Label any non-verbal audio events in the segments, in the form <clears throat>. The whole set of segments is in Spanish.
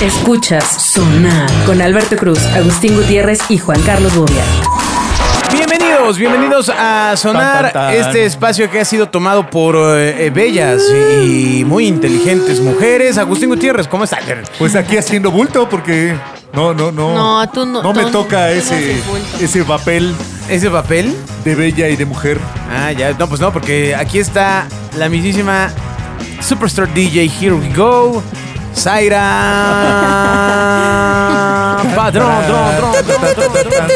Escuchas Sonar con Alberto Cruz, Agustín Gutiérrez y Juan Carlos Bobia. Bienvenidos, bienvenidos a Sonar, Tan, tan, tan. este espacio que ha sido tomado por eh, eh, bellas y muy inteligentes mujeres. Agustín Gutiérrez, ¿cómo estás? Pues aquí haciendo bulto porque no, no, no. No, tú no- No me tú- tú no toca ese, haces bulto. ese papel ¿Es de papel? de bella y de mujer. Ah, ya, no, pues no, porque aquí está la mismísima Superstar DJ Here We Go, Zaira. <laughs> Padrón, dron, dron, dron, dron, dron.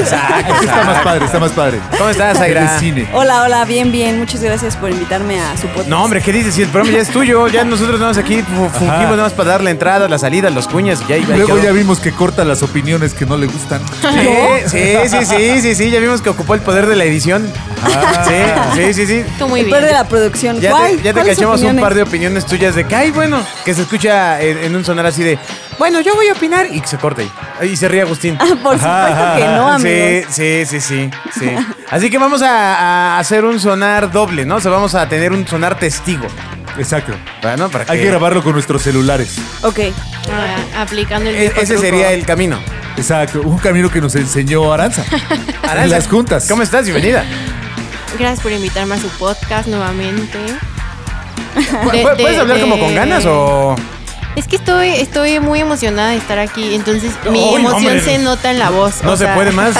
Exacto, Este está exacto. más padre, está más padre. ¿Cómo estás, Zaira? De cine. Hola, hola, bien, bien. Muchas gracias por invitarme a su podcast. No, hombre, ¿qué dices? Si el programa ya es tuyo, ya nosotros nada más aquí fu- fungimos nada más para dar la entrada, la salida, los cuñas y ya. y ahí Luego quedó. ya vimos que corta las opiniones que no le <laughs> gustan. Sí, sí, sí, sí, sí, sí, ya vimos que ocupó el poder de la edición. Ah. Sí, sí, sí, sí. Tú muy El bien. par de la producción. Ya ¿Cuál? te, ya te ¿Cuáles cachamos un opiniones? par de opiniones tuyas de que, ay, bueno, que se escucha en, en un sonar así de, bueno, yo voy a opinar y que se corte. Y se ríe Agustín. Ah, por supuesto que no, sí, amigos. sí, sí, sí, sí. Así que vamos a, a hacer un sonar doble, ¿no? O sea, vamos a tener un sonar testigo. Exacto. ¿no? Para Hay que grabarlo con nuestros celulares. Ok. Ah, aplicando el E- viejo ese truco. sería el camino. Exacto. Un camino que nos <laughs> enseñó Aranza. Aranza, En las juntas. ¿Cómo estás? Bienvenida. Gracias por invitarme a su podcast nuevamente. ¿Pu- De- pu- de- ¿Puedes hablar como con de- ganas o...? Es que estoy, estoy muy emocionada de estar aquí, entonces mi Uy, emoción hombre. se nota en la voz. No o se sea- puede <laughs> más.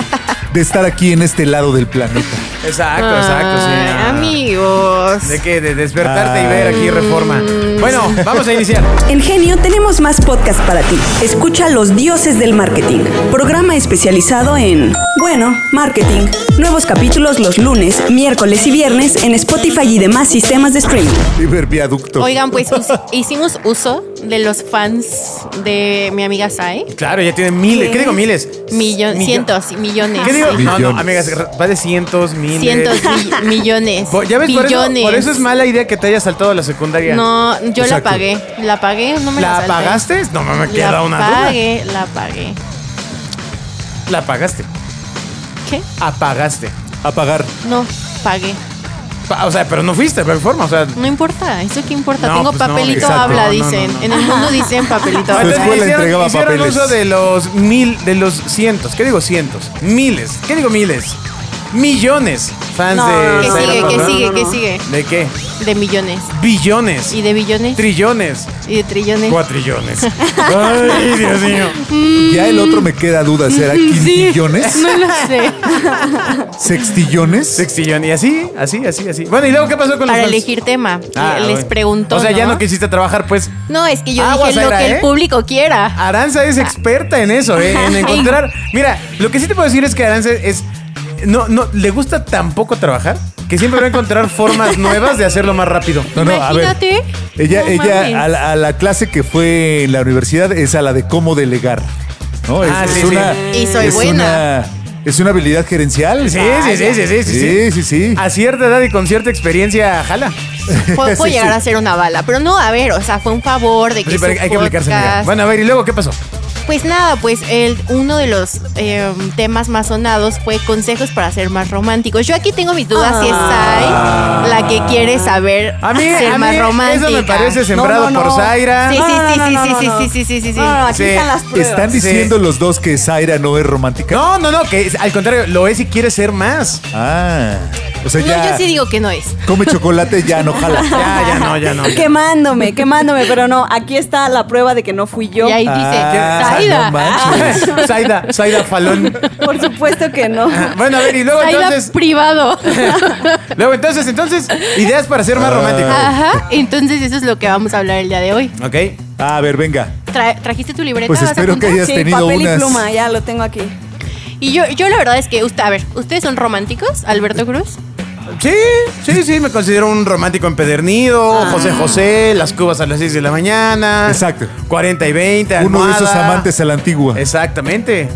De estar aquí en este lado del planeta. <laughs> Exacto, exacto, sí. Ay, Ah. Amigos. De que de despertarte y ver aquí reforma. Bueno, vamos a iniciar. En Genio tenemos más podcast para ti. Escucha Los Dioses del Marketing, programa especializado en, bueno, marketing. Nuevos capítulos los lunes, miércoles y viernes en Spotify y demás sistemas de streaming. Liber viaducto. Oigan, pues us- hicimos uso de los fans de mi amiga Sai. Claro, ya tiene miles. ¿Qué, digo miles? Millo- Millo- cientos, millones. ¿Qué digo? sí. No, no, Millones. amigas, va de cientos, miles. Cientos, mi- <laughs> millones. Bo- Ya ves, por eso, billones. por eso es mala idea que te hayas saltado a la secundaria. No, yo la Exacto. pagué. La pagué, no me la ¿La salté. pagaste? No, me queda la una duda. pagué, la pagué. La pagaste. ¿Qué? Apagaste. Apagar. No, pagué. Pa- o sea, pero no fuiste, pero forma, o sea... No importa, eso qué importa. No, Tengo pues no, papelito exacto. habla, No, no, dicen. no, no. En el mundo <laughs> dicen papelito Tu Entonces, habla. escuela hicieron, entregaba hicieron papeles. uso de los mil, de los cientos, ¿qué digo cientos? Miles, ¿qué digo miles? Millones fans No, de... no, no, ¿Qué Pero, sigue? ¿Qué no, sigue? no, ¿Qué no. sigue? ¿De qué? De millones. Billones, ¿Y de billones? trillones, ¿Y de trillones? <laughs> cuatrillones. Ay, Dios mío. Ya el otro me queda duda. <laughs> ¿Será quintillones? No lo <laughs> sé. <laughs> ¿Sextillones? Sextillón. Y así, así, así, así. Bueno, ¿y luego qué pasó con los Para fans? elegir tema. Ah, Les bueno. preguntó. O sea, ya no quisiste trabajar, pues. No, es que yo Aguas, dije lo Aira, que ¿eh? el público <laughs> quiera. Aranza es experta en eso, ¿eh? <laughs> en encontrar. Mira, lo que sí te puedo decir es que Aranza es. No, no, le gusta tan poco trabajar que siempre va a encontrar formas nuevas de hacerlo más rápido. No, no, a ver. Imagínate. Ella, No mames. ella a, la, a la clase que fue en la universidad es a la de cómo delegar. ¿no? Ah, es, sí, es sí. una, Y soy es buena. una- es una habilidad gerencial. Sí, sí, sí, sí, sí, sí. Sí, sí, sí. A cierta edad y con cierta experiencia, jala. Puedo, <laughs> puedo Sí, llegar sí. a ser una bala, pero no, a ver, o sea, fue un favor de que Sí, pero hay su que aplicarse. amiga. podcast- Bueno, a ver, ¿y luego qué pasó? Pues nada, pues el, uno de los eh, temas más sonados fue consejos para ser más románticos. Yo aquí tengo mis dudas si es Ah. Sai la que quiere saber A mí, ser a más mí romántica. eso me parece sembrado No, no, por no. Zaira. Sí, sí, No, no, sí, no, no, no, sí, sí, Ah. sí, no. sí, sí, sí, sí, sí. No, no, aquí Sí. están las pruebas. Están diciendo los dos que Zaira no es romántica. No, no, no, que es- al contrario, lo es y quiere ser <laughs> más. Ah. O sea, No, ya yo sí digo que no es. come chocolate, ya no <laughs> jala. Ya, ya no, ya no. Quemándome, quemándome, pero no, aquí está la prueba de que no fui yo. Y ahí dice, Ah, Zaida, no manches. <laughs> Zaida, Zaida <laughs> Falón. Por supuesto que no. Bueno, a ver, y luego Zaida entonces. privado. <laughs> <laughs> Luego entonces, entonces, ideas para ser más romántico. Ajá, entonces eso es lo que vamos a hablar el día de hoy. Ok. Ah, A ver, venga. Tra- ¿Trajiste tu libreta? Pues ¿Vas a espero que apuntar? hayas Sí, tenido papel y unas. pluma, ya lo tengo aquí. Y yo, yo la verdad es que, usted, a ver, ¿ustedes son románticos, Alberto <laughs> Cruz? Sí, sí, sí, me considero un romántico empedernido, Ah. José José, las cubas a las 6 de la mañana. Exacto. 40 y 20, Uno de almohada. esos amantes a la antigua. Exactamente.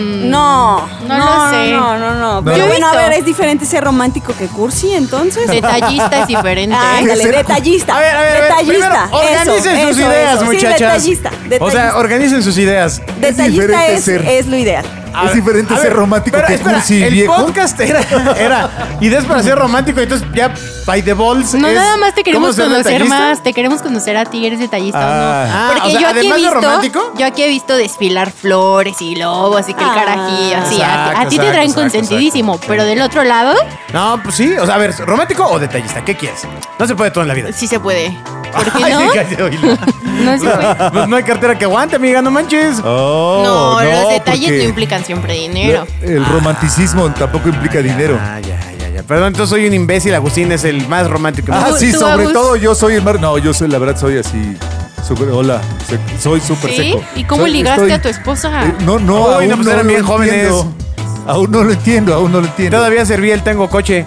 No, No lo sé. No, no, No. no. Yo Pero he bueno, a visto. ver, es diferente ser romántico que cursi, <laughs> entonces. Detallista es diferente. Ah, ¿eh? Ándale, Ser- detallista. A ver, a ver, a ver, detallista. primero, organicen eso, sus eso, ideas, eso. Sí, muchachas. detallista. detallista. O sea, organicen sus ideas. Detallista diferente es, ser. es lo ideal. Es diferente a ser romántico pero que espera, cursi el viejo. podcast era, era ideas para ser romántico, entonces ya by the balls. No, es nada más te cómo queremos ser conocer detallista. más, te queremos conocer a ti, eres detallista o no. Ah, Porque o sea, yo aquí he además de visto, romántico. yo aquí he visto desfilar flores y lobos y que el Ah. carajillo, así, a- Exacto, a, ti te exacto, traen exacto, consentidísimo, exacto. pero del otro lado No, pues sí, o sea, a ver, ¿romántico o detallista? ¿Qué quieres? No se puede todo en la vida. sí se puede. ¿Por <laughs> qué Ay, no? fíjate, oíla. <laughs> No se puede. Pues no hay cartera que aguante, amiga, no manches. Oh, no, los detalles porque no implican siempre dinero. lo- El romanticismo tampoco implica dinero. Ah, ya, ya, ya. Perdón, entonces soy un imbécil, Agustín es el más romántico. Ah, Tú- sí, tú, sobre Agus. todo yo soy el mar. No, yo soy, la verdad, soy así. súper- hola, se- soy súper ¿Sí? seco. ¿Y cómo Soy- ligaste estoy- a tu esposa? Eh, no, no, Uy, aún no, pues no eran lo bien jóvenes. entiendo. Aún no lo entiendo, aún no lo entiendo. Todavía servía el tengo coche.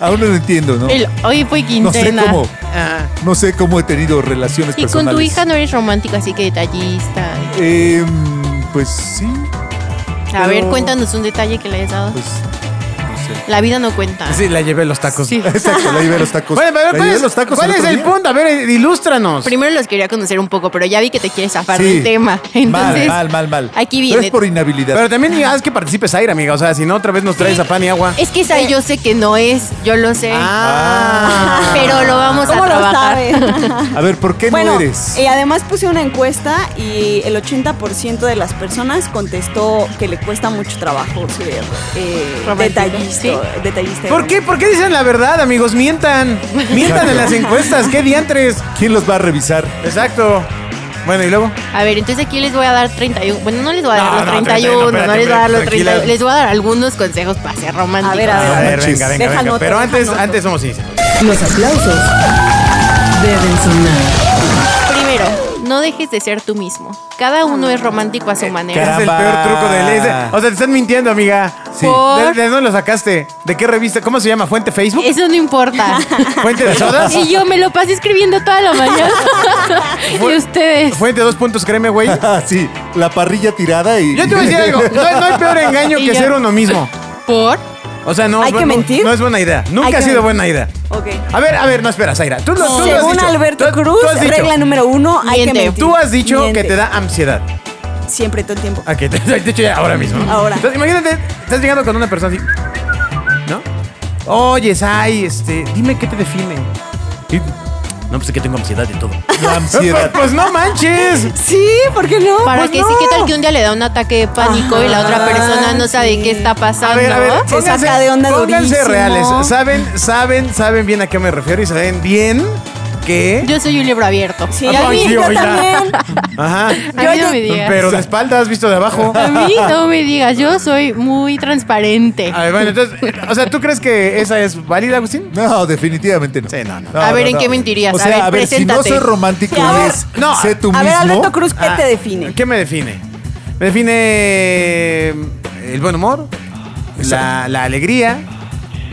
Aún no lo entiendo, ¿no? El- oye, fue No sé Quintena. cómo, Ah. no sé cómo he tenido relaciones Y con personales. tu hija no eres romántico, así que detallista. Eh, mm, pues sí, A ver, Pero- cuéntanos un detalle que le hayas dado. pues no sé. La vida no cuenta. Sí, la llevé los tacos. Pues, Sí. Exacto, la llevé a los tacos. Bueno, pero La ¿cuál llevé a es, los tacos cuál es otro el día. punto? A ver, ilústranos. Primero los quería conocer un poco, pero ya vi que te quieres zafar Sí. del tema. Entonces, mal, mal, mal, mal. aquí Pero viene. es por inhabilidad. Pero también ni haz que participes aire, amiga. O sea, si no, otra vez nos traes a pan y agua. Es que esa Eh. yo sé que no es, yo lo sé. Ah. Pero lo vamos a ¿Cómo lo trabajar. <laughs> sabe? A ver, ¿por qué <laughs> bueno, eh, no eres? y además puse una encuesta y el 80% de las personas contestó que le cuesta mucho trabajo ser eh, Romántico. detallista. Sí. detallista. ¿Por qué? ¿Por qué dicen la verdad, amigos? Mientan. Mientan <laughs> en las encuestas. ¿Qué diantres? ¿Quién los va a revisar? <laughs> Exacto. Bueno, ¿y luego? A ver, entonces aquí les voy a dar 31. Bueno, no les voy a dar No, los no, 31, no, 31, les voy a dar los espérate, 31. tranquila. Les voy a dar algunos consejos para ser romántico. A ver, a ver, A a ver. ver, manches. venga, venga, Deja venga. nota, Pero deja antes, nota. antes somos sinceros. Los aplausos deben sonar. Primero, no dejes de ser tú mismo. Cada uno es romántico a su manera. cara- Ese Este es el peor Caramba. truco de ley. Este, O sea, te están mintiendo, amiga. Sí. Por- ¿De, de dónde lo sacaste? ¿De qué revista? ¿Cómo se llama? ¿Fuente Facebook? Eso no importa. ¿Fuente <laughs> de sodas? Y yo me lo pasé escribiendo toda la mañana. y ustedes. ¿Fuente dos puntos, créeme, güey? Ah, sí, la parrilla tirada y. Yo te voy a decir algo. No, no hay peor engaño Y que ya. ser uno mismo. ¿Por? O sea, no, ¿Hay no- que mentir? no es buena idea. Hay Nunca ha que sido mentir. buena idea. Ok. A ver, a ver, no, espera, Zaira. Tú, lo- tú lo has Según dicho. Alberto Tú- tú Cruz, has dicho. regla número uno, hay Miente. que mentir. Tú has dicho Miente. que te da ansiedad. Siempre, todo el tiempo. Ok, Ah, te <laughs> te he dicho ya ahora mismo. Ahora. Entonces, imagínate, estás llegando con una persona así. ¿No? Oye, Sai, este, dime qué te define. Y- No, pues es que tengo ansiedad y todo. <laughs> <laughs> La ansiedad. Pues, pues no manches. Sí, ¿por qué no? Para Pues que no. sí, ¿qué tal que un día le da un ataque de pánico y la otra Ah, persona no sabe sí. qué está pasando? A ver, a ver, Se saca de onda pónganse durísimo. reales. Saben, saben, saben bien a qué me refiero y saben bien que. Yo soy un libro abierto. Sí, a mí, sí, yo oiga. también. Ajá. a mí no me digas. Pero de espaldas, visto de <laughs> abajo. A mí no me digas, yo soy muy transparente. A ver, bueno, entonces, o sea, ¿tú crees que esa es válida, Agustín? No, definitivamente no. Sí, no, no. A ver, ¿en qué mentirías? O A sea, ver, a ver, si no preséntate. soy romántico, Sí, a ver. es No, sé tú A ver, mismo. Alberto Cruz, ¿qué Ah, te define? ¿Qué me define? Me define eh, el buen humor, la, la alegría,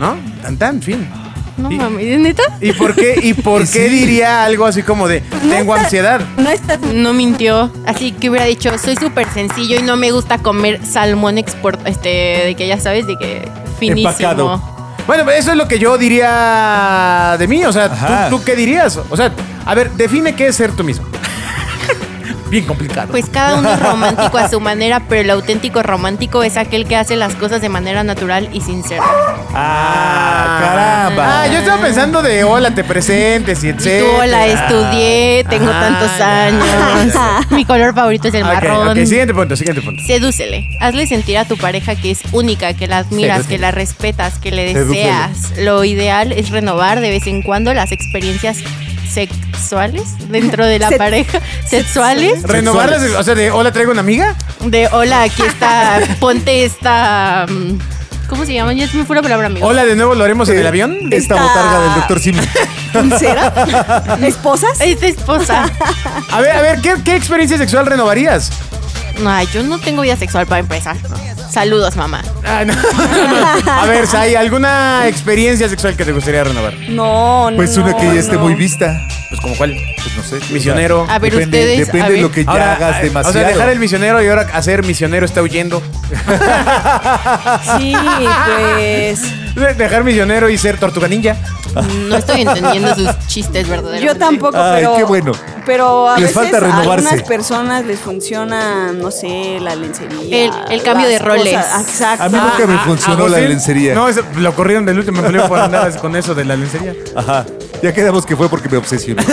¿no? Tan tan, fin. No Y- mames, ¿es neta? ¿Y por qué, y por qué diría algo así como de tengo está- ansiedad? No estás No mintió. Así que hubiera dicho, soy súper sencillo y no me gusta comer salmón export, este, de que ya sabes, de que finísimo. Empacado. Bueno, pero eso es lo que yo diría de mí. O sea, Ajá. ¿tú, tú qué dirías? O sea, a ver, define qué es ser tú mismo. <laughs> Bien complicado. Pues cada uno es romántico a su manera, pero el auténtico romántico es aquel que hace las cosas de manera natural y sincera. Ah, caramba. Ah, yo estaba pensando de hola, te presentes y Y tú, etcétera. hola, estudié, tengo Ah, tantos ya, años. ya, <laughs> Mi color favorito es el Ok, marrón. ok, siguiente punto, siguiente punto. Sedúcele, hazle sentir a tu pareja que es única, que la admiras, que la respetas, que le Sedúcele. deseas. Lo ideal es renovar de vez en cuando las experiencias sexuales dentro de <laughs> la Se- pareja, sexuales, Renovarlas, o sea, de hola, traigo una amiga. de hola, aquí está, ponte esta... mm, ¿Cómo se llama? Ya se me fue la palabra, amigo. Hola, de nuevo lo haremos en el avión. Esta Esta- botarga del doctor Simi. ¿Pulsera? <laughs> ¿Esposas? <laughs> Esta esposa. A ver, a ver, ¿qué, qué experiencia sexual renovarías? No, yo no tengo vida sexual para empezar. Saludos, mamá. Ah, no. <laughs> A ver, Sai, ¿alguna experiencia sexual que te gustaría renovar? No, no. Pues una que no, ya esté no. muy vista. Pues como cuál? Pues no sé. Misionero. A ver, depende, ustedes, Depende a de ver. lo que ya Ahora, hagas eh, demasiado. O sea, dejar el misionero y ahora hacer misionero está huyendo. Sí, pues. De- Dejar misionero y ser tortuga ninja. No estoy entendiendo sus chistes verdaderos. Yo tampoco, Ay, pero. qué bueno. Pero a Les veces falta a renovarse. algunas personas les funciona, no sé, la lencería. El- el cambio de las roles. cosas. Exacto. A mí nunca me funcionó la Ah, Agustín, lencería. No, eso- lo corrieron del último empleo por andar con eso de la lencería. Ajá. Ya quedamos que fue porque me <laughs> obsesioné.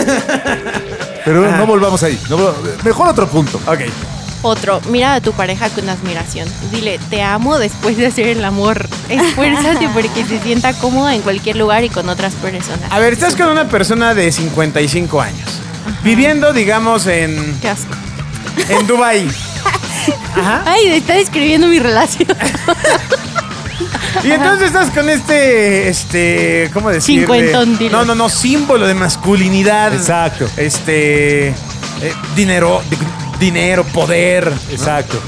Pero no volvamos ahí. no vol- mejor otro punto. Ah. Ok. Otro, mira a tu pareja con admiración. Dile, te amo después de hacer el amor. Esfuérzate porque se sienta cómoda en cualquier lugar y con otras personas. Ah, A ver, estás con una persona de 55 años. Viviendo, digamos, en, Qué asco. en Dubai. ¿Ah? Ajá. Ay, está describiendo mi relación. Y entonces estás con este, este, ¿cómo decirle? Cincuentón, dilo. No, no, no, símbolo de masculinidad. Exacto. Este, eh, dinero, di- dinero, poder. Exacto.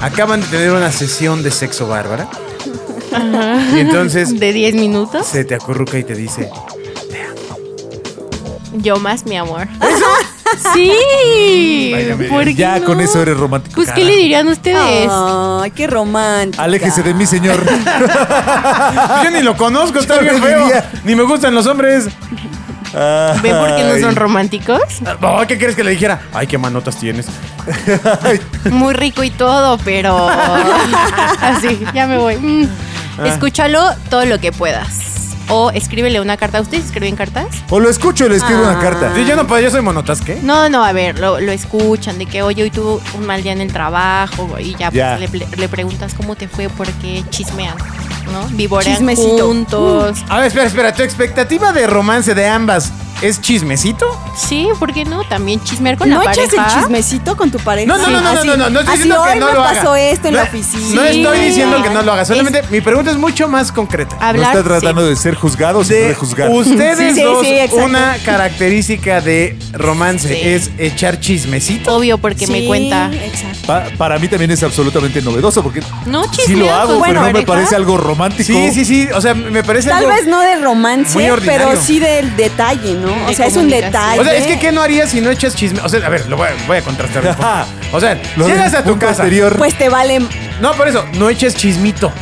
Acaban de tener una sesión de sexo bárbara. Y entonces <laughs> De 10 minutos. se te acurruca y te dice, Yo más, mi amor. Sí. Válgame ¿por qué Ya no? con eso eres romántico. Pues, ¿qué le dirían ustedes? Ay, qué romántico. Aléjese de <laughs> mí, señor. "Pues yo ni lo conozco, está Yo bien no feo. diría. Ni me gustan los hombres. ¿Ven por qué no son Ay. románticos? No, Ah, ¿Qué quieres que le dijera? Ay, qué manotas tienes. Muy rico y todo, <laughs> pero. Así, ya me voy. Mm. Ah. Escúchalo todo lo que puedas. O escríbele una carta. ¿Ustedes escriben cartas? O lo escucho y le escribo una Ah. carta. Sí, yo no puedo, yo soy monotasque. No, no, a ver, lo, lo escuchan, de que oye, hoy tuvo un mal día en el trabajo y ya, pues, Ya. le, ple- le preguntas cómo te fue, porque chismean, ¿no? Vivorean Chismecito. Uh. juntos. A ver, espera, espera, ¿tu expectativa de romance de ambas es chismecito? Sí, ¿por qué no? También chismear con ¿No la echas pareja. el chismecito con tu pareja? No, no, no, no, no, Eh, Así- no, no, no estoy así, diciendo que hoy no me lo haga. pasó esto en No, la oficina. No estoy Sí. diciendo que no lo haga, solamente mi pregunta es mucho más concreta. Hablar. no está tratando sí. de ser juzgado, sino de juzgar. <laughs> ustedes Ah. Sí, sí, dos, sí, exacto. una característica de romance Sí. es echar chismecito. Obvio, porque me Sí, cuenta. Exacto. Pa- para mí también es absolutamente novedoso porque No sí lo chismeas hago, con tu pero no me pareja. parece algo romántico. Sí, sí, sí, o sea, me parece Tal algo- vez no de Muy romance, ordinario. pero sí del detalle, ¿no? ¿eh? De O sea, es un comunicación. detalle. O sea, es que ¿qué no harías si no echas chisme? O sea, a ver, lo voy a, voy a contrastar <laughs> un poco. O sea, Lo del llegas a tu punto casa. anterior. <laughs> Pues te vale. No, por eso, no eches chismito.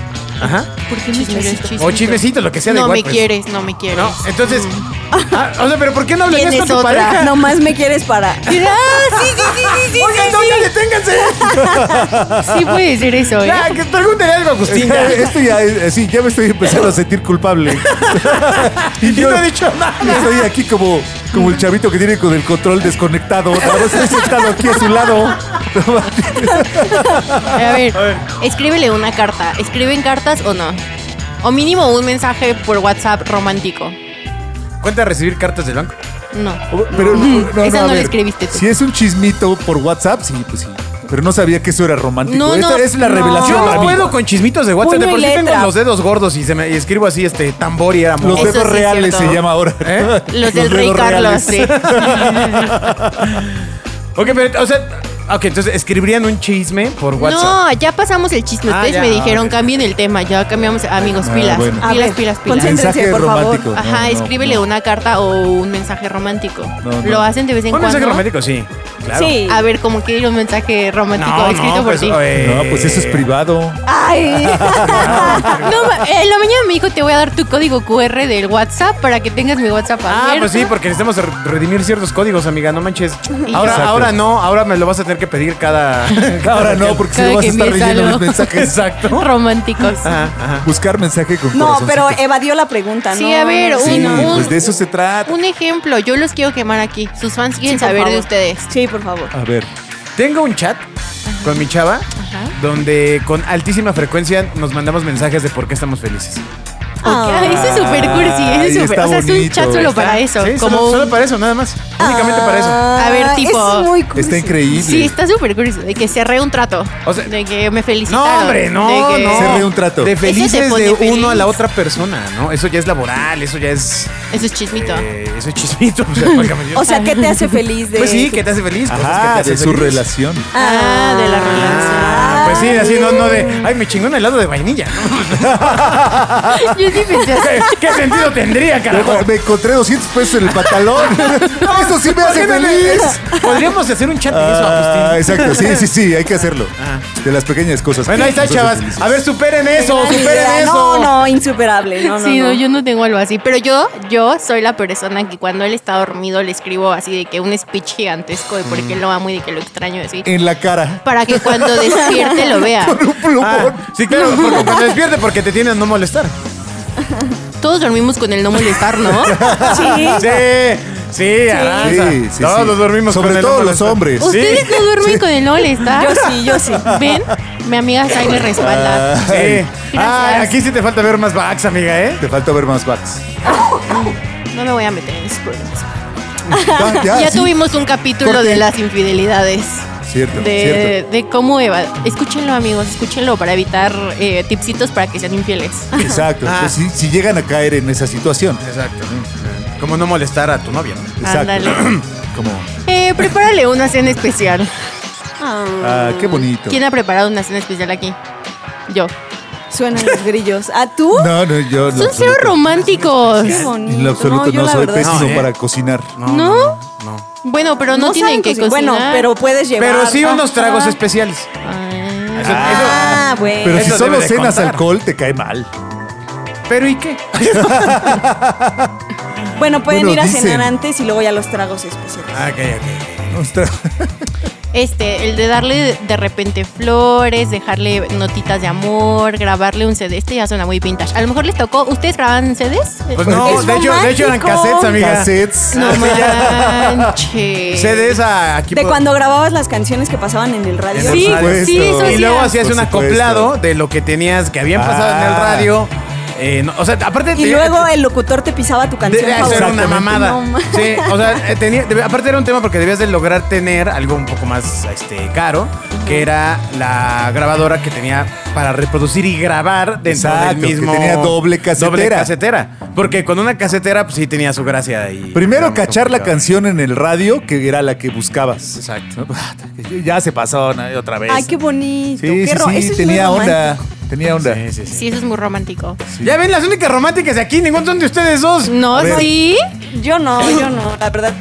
Ajá. ¿Por qué me quieres chismecito? O chismecito, lo que sea de No igual, me pues. quieres, no me quieres. No, entonces. Ah, o sea, pero ¿por qué no hablarías ¿Quién con es tu otra? pareja? <laughs> Nomás me quieres <laughs> para. Ah, sí, sí, sí, sí, sí. Oigan, no, ya deténganse. <laughs> Sí puede ser eso, <laughs> ¿eh? Ya, que pregúntele algo, a Agustín. Ya, Ya. esto ya es así, ya me estoy empezando a sentir culpable. <laughs> Y no he dicho nada. Yo estoy aquí como, como el chavito que tiene con el control desconectado. Nada más estoy sentado aquí a su lado. A ver, A ver. escríbele una carta. ¿Escriben cartas o no? O mínimo un mensaje por WhatsApp romántico. <laughs> ¿Cuenta recibir cartas del banco? No. Pero Esa a no la ver, escribiste tú. Si es un chismito por WhatsApp, sí, pues sí. Pero no sabía que eso era romántico. No, Esta no, es la no. revelación Yo para no mí. puedo con chismitos de WhatsApp. Puño De por y sí tengo letra. los dedos gordos y, se me, y escribo así, este, tambor y era amor. Los Eso dedos sí es reales se cierto. llama ahora. <laughs> ¿Eh? Los del rey dedos Carlos, reales. sí. Ok, pero, o sea. Ok, entonces escribirían un chisme por <laughs> WhatsApp. No, ya pasamos el chisme. Ah, Ustedes ya, me dijeron, ok. cambien el tema. Ya cambiamos. Amigos, Ah, pilas. bueno. A Pilas, ver, pilas, pilas. concéntrense, Mensaje por favor. romántico. No, Ajá, no, escríbele no. una carta o un mensaje romántico. No, no. Lo hacen de vez en Un mensaje cuando. romántico, sí. Claro. Sí. A ver, como que un mensaje romántico escrito por pues, ti. eh, No, pues eso es privado. <laughs> Ay. <laughs> No, ma- en la mañana me dijo, te voy a dar tu código QR del WhatsApp para que tengas mi WhatsApp Ah, abierto". pues sí, porque necesitamos re- redimir ciertos códigos, amiga, no manches. Ahora, Exacto. ahora no, ahora me lo vas a tener que pedir cada. <laughs> Ahora no, porque si Cada no vas a que estar empieza leyendo algo. mis mensajes. Exacto. Románticos. Ajá, ajá. Buscar mensaje con No, pero corazoncito. evadió la pregunta, ¿no? Sí, a ver, Sí, Sí, eh, un- no. pues de eso se trata. Un ejemplo, yo los quiero quemar aquí. Sus fans quieren Sí, por saber de favor. ustedes. Sí, por favor. A ver. Tengo un chat con mi chava Ajá. donde con altísima frecuencia nos mandamos mensajes de por qué estamos felices. Ah, ese es súper cursi, ese Ay, es súper. está O sea, es un bonito, chat solo está- para eso. Sí, como solo, un- solo para eso, nada más. Únicamente para eso. Ah, A ver, tipo- eso es muy cursi. Está increíble. Sí, está súper cursi. De que cerré un trato. O sea- de que me felicitaron. No, hombre, no, de que- no. Cerré un trato. De Eso te felices pone de feliz. uno a la otra persona, ¿no? Eso ya es laboral, eso ya es. Eso es chismito. eh, eso es chismito. <laughs> O sea, válgame Dios. O sea, ¿qué te hace feliz de pues sí, que te hace feliz. cosas que te Ajá, hacen de su feliz. relación. Ah, de la relación. Ah, Pues sí, así no, no de. Ay, me chingó un helado de vainilla. ¿no? <laughs> Ah. <laughs> Yo sí pensé así. ¿Qué, qué sentido tendría, carajo? Me encontré 200 pesos en el <laughs> pantalón. Eso sí me hace feliz. <laughs> Podríamos hacer un chat de eso, Ah, Agustín. Ah. exacto, sí, sí, sí, hay que hacerlo. De las pequeñas cosas. Bueno, que ahí está, nos hacen chavas. felices. A ver, superen eso, Gran idea. superen No, eso. no, insuperable. No, no, sí, no, no. yo no tengo algo así. Pero yo, yo soy la persona que cuando él está dormido le escribo así de que un speech gigantesco de por qué lo amo y de que lo extraño así. Eh. En la cara. Para que cuando despierte lo vea. Con un plumón. Ah, sí, claro, porque cuando despierte porque te tienen no molestar. Todos dormimos con el no molestar, ¿no? Sí. Sí, sí, Aranza. Sí, sí, Todos sí. los dormimos Sobre con el todo no los molestar. hombres. Ustedes no duermen con el no molestar. Yo sí, yo sí. Ven, mi amiga Sai me respalda. Sí. Ah, Gracias. aquí sí te falta ver más backs, amiga, ¿eh? Te falta ver más <laughs> backs. No me voy a meter en esos problemas. Ah, ya, ya sí. tuvimos un capítulo Corte. de las infidelidades. Cierto, De, de cómo Eva. Escúchenlo, amigos, escúchenlo para evitar eh, tipsitos para que sean infieles. cierto. Exacto. Ah. Pues si, si llegan a caer en esa situación. Exacto. Como no molestar a tu novia. Exacto. Ándale. <clears throat> Como, Eh, prepárale una cena especial. ah, qué bonito. ¿Quién ha preparado una cena especial aquí? Yo. Suenan los grillos. ¿A tú? No, no, yo no. Son cero románticos. Qué bonito. En lo absoluto yo no, la soy verdad- pésimo No, ¿eh? para cocinar. ¿No? Bueno, pero no, tienen saben que cocinar. cocinar. Bueno, pero puedes llevar. Pero sí unos tragos Ah. especiales. Ah, Eso- Ah, bueno. Pero si Eso solo debe de cenas contar. alcohol, te cae mal. eso- Pero ¿y qué? bueno, pueden bueno, ir a dicen. cenar antes y luego ya los tragos especiales. Ah, ok, ok. Ostras. Este, el de darle de repente flores, dejarle notitas de amor, grabarle un CD. Este ya suena muy vintage. A lo mejor les tocó. ¿Ustedes graban CDs? Pues no, Es de hecho, de hecho eran <laughs> romántico. cassettes, amiga. Cassettes. No manches. CDs a aquí. De por- cuando grababas las canciones que pasaban en el radio. En el Sí, radio. sí, eso Y luego hacía. hacías Por un supuesto. acoplado de lo que tenías, que habían pasado en el Ah. radio. Eh, no, o sea, aparte Y te- luego el locutor te pisaba tu de- canción. eso era una favorita. mamada. No, ma- sí, o sea, eh, tenía, de- aparte era un tema porque debías de lograr tener algo un poco más este, caro, que era la grabadora que tenía para reproducir y grabar dentro Exacto, del mismo. que tenía doble casetera. Doble casetera. Porque con una casetera, pues sí tenía su gracia. ahí. Primero Era muy cachar la complicado. canción en el radio, que era la que buscabas. Exacto. <laughs> Ya se pasó ¿no? otra vez. Ay, qué bonito. Sí, qué sí, ro- sí, eso es tenía muy onda. Tenía onda. Sí, sí, sí. Sí, eso es muy romántico. Ya ven las únicas románticas de aquí, ningún son de ustedes dos. No, A ver. sí. romántico. Yo no, yo no, la verdad.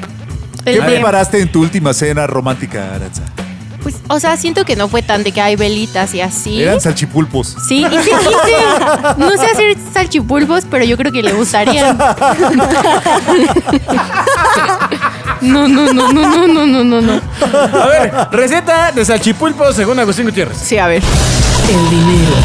¿Qué El de- preparaste en tu última cena romántica, Aranza? pues, o sea, siento que no fue tan de que hay velitas y así. Eran salchipulpos. Sí, y sí quise. No sé hacer salchipulpos, pero yo creo que le gustarían. No, no, no, no, no, no, no, no, no. A ver, receta de salchipulpo según Agustín Gutiérrez. Sí, a ver. El dinero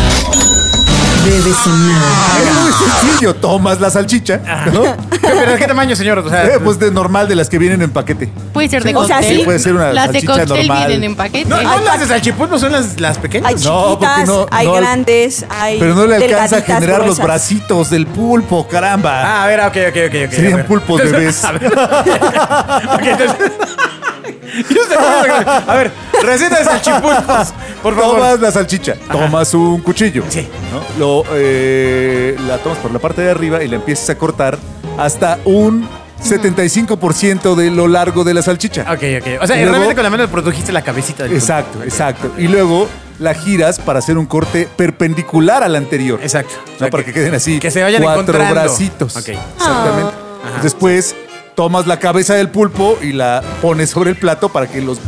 debe sonar. Ah. Es muy sencillo. Tomas la Ah. salchicha, <laughs> ¿no? ¿Pero de qué tamaño, señor? O sea, Eh, pues de normal, de las que vienen en paquete. Puede ser de O sea, cóctel. sí. Puede ser una Las de salchicha cóctel normal. ah, vienen en paquete. no, no las de salchipulpo son las, las pequeñas. Hay No, porque chiquitas, no- hay no- grandes, hay. Pero no le alcanza a delgaditas, generar los gruesas. bracitos del pulpo, caramba. Ah, a ver, ok, ok, ok. ok, <laughs> a Serían ver. pulpos bebés. Ok, entonces- <laughs> Yo sé cómo se- a ver, receta de salchipulpos, por favor. Tomas la salchicha, tomas un cuchillo. Sí. ¿no? Lo, eh, la tomas por la parte de arriba y la empiezas a cortar hasta un 75% de lo largo de la salchicha. Ah, Ok, ok. O sea, Y luego- realmente con la mano produjiste la cabecita del Exacto, exacto. Y luego la giras para hacer un corte perpendicular al anterior. Exacto. ¿no? O sea, para que, queden así. que se vayan cuatro encontrando. bracitos. Ok. Ah. Exactamente. Después tomas la cabeza del pulpo y la pones sobre el plato para que los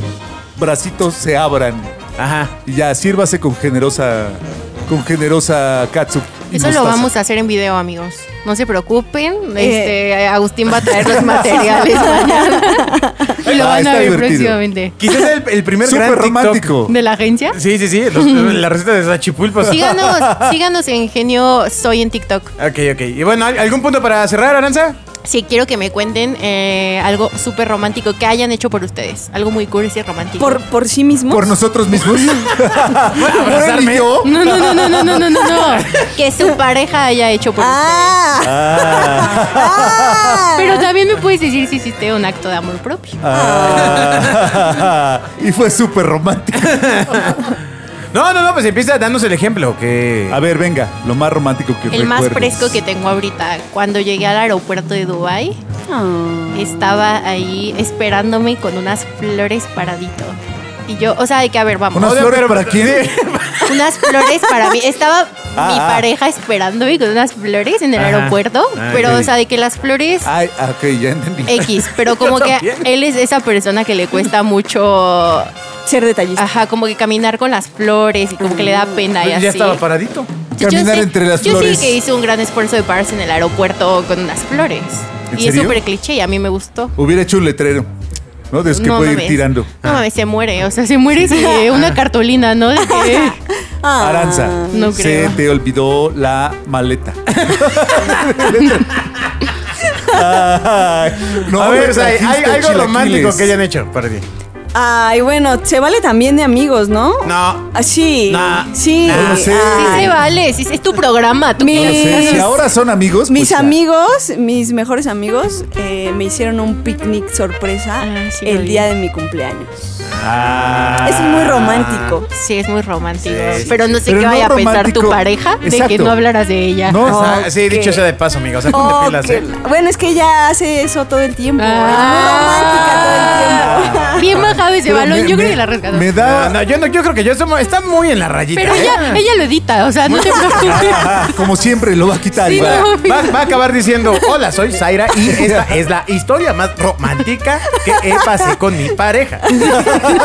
bracitos se abran. Ajá. Y ya, sírvase con generosa. Con generosa katsu. Eso lo vamos a hacer en video, amigos. No se preocupen. Eh. Este, Agustín va a traer <laughs> los materiales mañana. Y lo Ah, van está a ver divertido. próximamente. Quizás el, el primer gran Súper TikTok. romántico. ¿De <laughs> la agencia? Sí, sí, sí. los- la receta de salchipulpos. Síganos, síganos en Genio Soy en TikTok. <laughs> Ok, ok. Y bueno, ¿al- ¿algún punto para cerrar, Aranza? Sí, quiero que me cuenten eh, algo súper romántico que hayan hecho por ustedes. Algo muy cursi y romántico. Por, por sí mismo. Por nosotros <laughs> mismos. Por él y abrazarme. yo. <laughs> No, no, no, no, no, no, no, no, no. <laughs> Que su pareja haya hecho por Ah, <laughs> ustedes. Pero también me puedes decir si hiciste un acto de amor propio. Ah. y fue súper romántico. No, no, no, pues empieza dándonos el ejemplo. Que... A ver, venga, lo más romántico que El más recuerdes. fresco que tengo ahorita, cuando llegué al aeropuerto de Dubai, Ah. estaba ahí esperándome con unas flores paradito. Y yo, o sea, hay que a ver, vamos. ¿Unas Obvio, flores pero- para quién? unas flores para mí. Estaba Ah, mi ah. pareja esperándome con unas flores en el Ajá. aeropuerto, Ah, pero ok. o sea, de que las flores <laughs> Ay, ah, ok, ya entendí. <laughs> X, pero como que también. él es esa persona que le cuesta mucho, Ser Ah. detallista. ajá, como que caminar con las flores y como que le da pena y Ya así. estaba paradito. Yo Caminar sé- entre las Yo flores. sí que hice un gran esfuerzo de pararse en el aeropuerto con unas flores. ¿En Y es serio? súper cliché y a mí me gustó. Hubiera hecho un letrero, ¿no? De los que No puede mames. ir tirando. Ah. No mames, se muere. O sea, se muere si una cartolina, ¿no? <laughs> De que- Ah. Aranza, No se creo. te olvidó la maleta. Ay, no, a ver, o pero sea, pues, hay, hay trajiste algo romántico chilaquiles. que hayan hecho para ti. Ay, bueno, se vale también de amigos, ¿no? No. Ah, sí. Nah. Sí. Ah. Nah. No sé. Sí Ay. se vale, sí, es tu programa. Tú Mi- No quieres. sé, Si ahora son amigos. Mis pues ya. amigos, mis mejores amigos, eh, me hicieron un picnic sorpresa Ah, sí, lo el vi. día de mi cumpleaños. Ah. Es muy romántico. Sí, es muy romántico. Sí, sí, pero no sé Pero qué no vaya a pensar romántico. tu pareja de que Exacto. no hablaras de ella. No, O sea, Ok. sí, dicho sea de paso, amiga. O sea, ponte Oh, pilas, que- ¿eh? Bueno, es que ella hace eso todo el tiempo. Ah. Bien bajado ese Pero balón. me- yo creo me- que la rescató. Me No, da. no, yo, no, yo creo que yo somos- está muy en la rayita. Pero ¿eh? ella, ella lo edita, o sea, no te <laughs> preocupes. Ah, <laughs> como siempre, lo va a quitar. Sí, y va. no. Va, va a acabar diciendo, hola, soy Zaira <laughs> y esta es la historia más romántica que he pasé con mi pareja.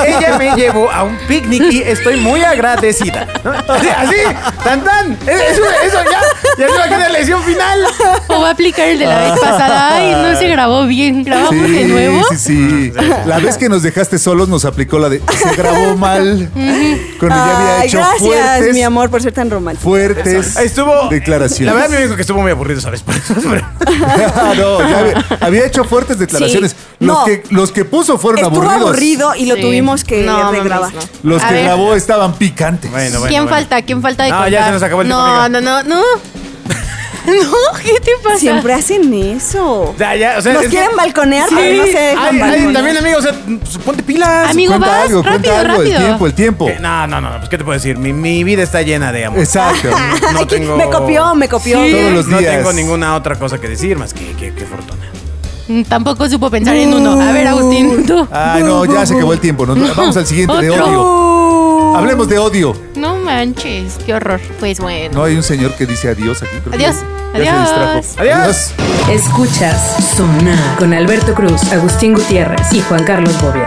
Ella me llevó a un picnic y estoy muy agradecida. ¿no? Así, así, tan tan. Es- Eso, eso ya, ya se va a quedar la lección final. O va a aplicar el de la vez pasada. Ay, no se grabó bien. Grabamos de nuevo. sí, sí. Ah, La vez que nos dejaste solos nos aplicó la de se grabó mal. Con ella había Ay, hecho gracias, fuertes, mi amor, por ser tan romántico. fuertes Estuvo. La declaraciones. verdad me dijo que estuvo muy aburrido, ¿sabes? <laughs> Por eso, pero- <laughs> no, ya había, había hecho fuertes declaraciones. Sí. Los, No. que, los que puso fueron Estuvo aburridos. aburrido y lo Sí. tuvimos que No, mames, regrabar. no. Los A que ver. grabó estaban picantes. Bueno, bueno. ¿Quién falta? ¿Quién falta de No, contar? ya se nos acabó el tiempo, No, amiga. no, no, no. <laughs> No, ¿qué te pasa? Siempre hacen eso. Ya, ya, o sea, Nos es que- quieren balconear, pero no se dejan Ay, ay, balconear. también, amigo, o sea, pues, ponte pilas. Amigo, cuenta vas. algo, rápido, cuenta algo. rápido. El tiempo, el tiempo. Que- No, no, no, pues, ¿qué te puedo decir? Mi, mi vida está llena de amor. <laughs> Exacto. No tengo- Me copió, me copió. Sí. Todos los no días. tengo ninguna otra cosa que decir más que, que, que fortuna. Mm, Tampoco supo pensar en uno. A ver, Agustín, tú. Ay, no, ya se acabó el tiempo. nos- vamos al siguiente de Otro. odio. Hablemos de odio. No manches, qué horror. Pues bueno. No hay un señor que dice adiós aquí. creo que Adiós, ya se adiós. distrajo. Adiós. adiós. Escuchas Sonar con Alberto Cruz, Agustín Gutiérrez y Juan Carlos Bobia.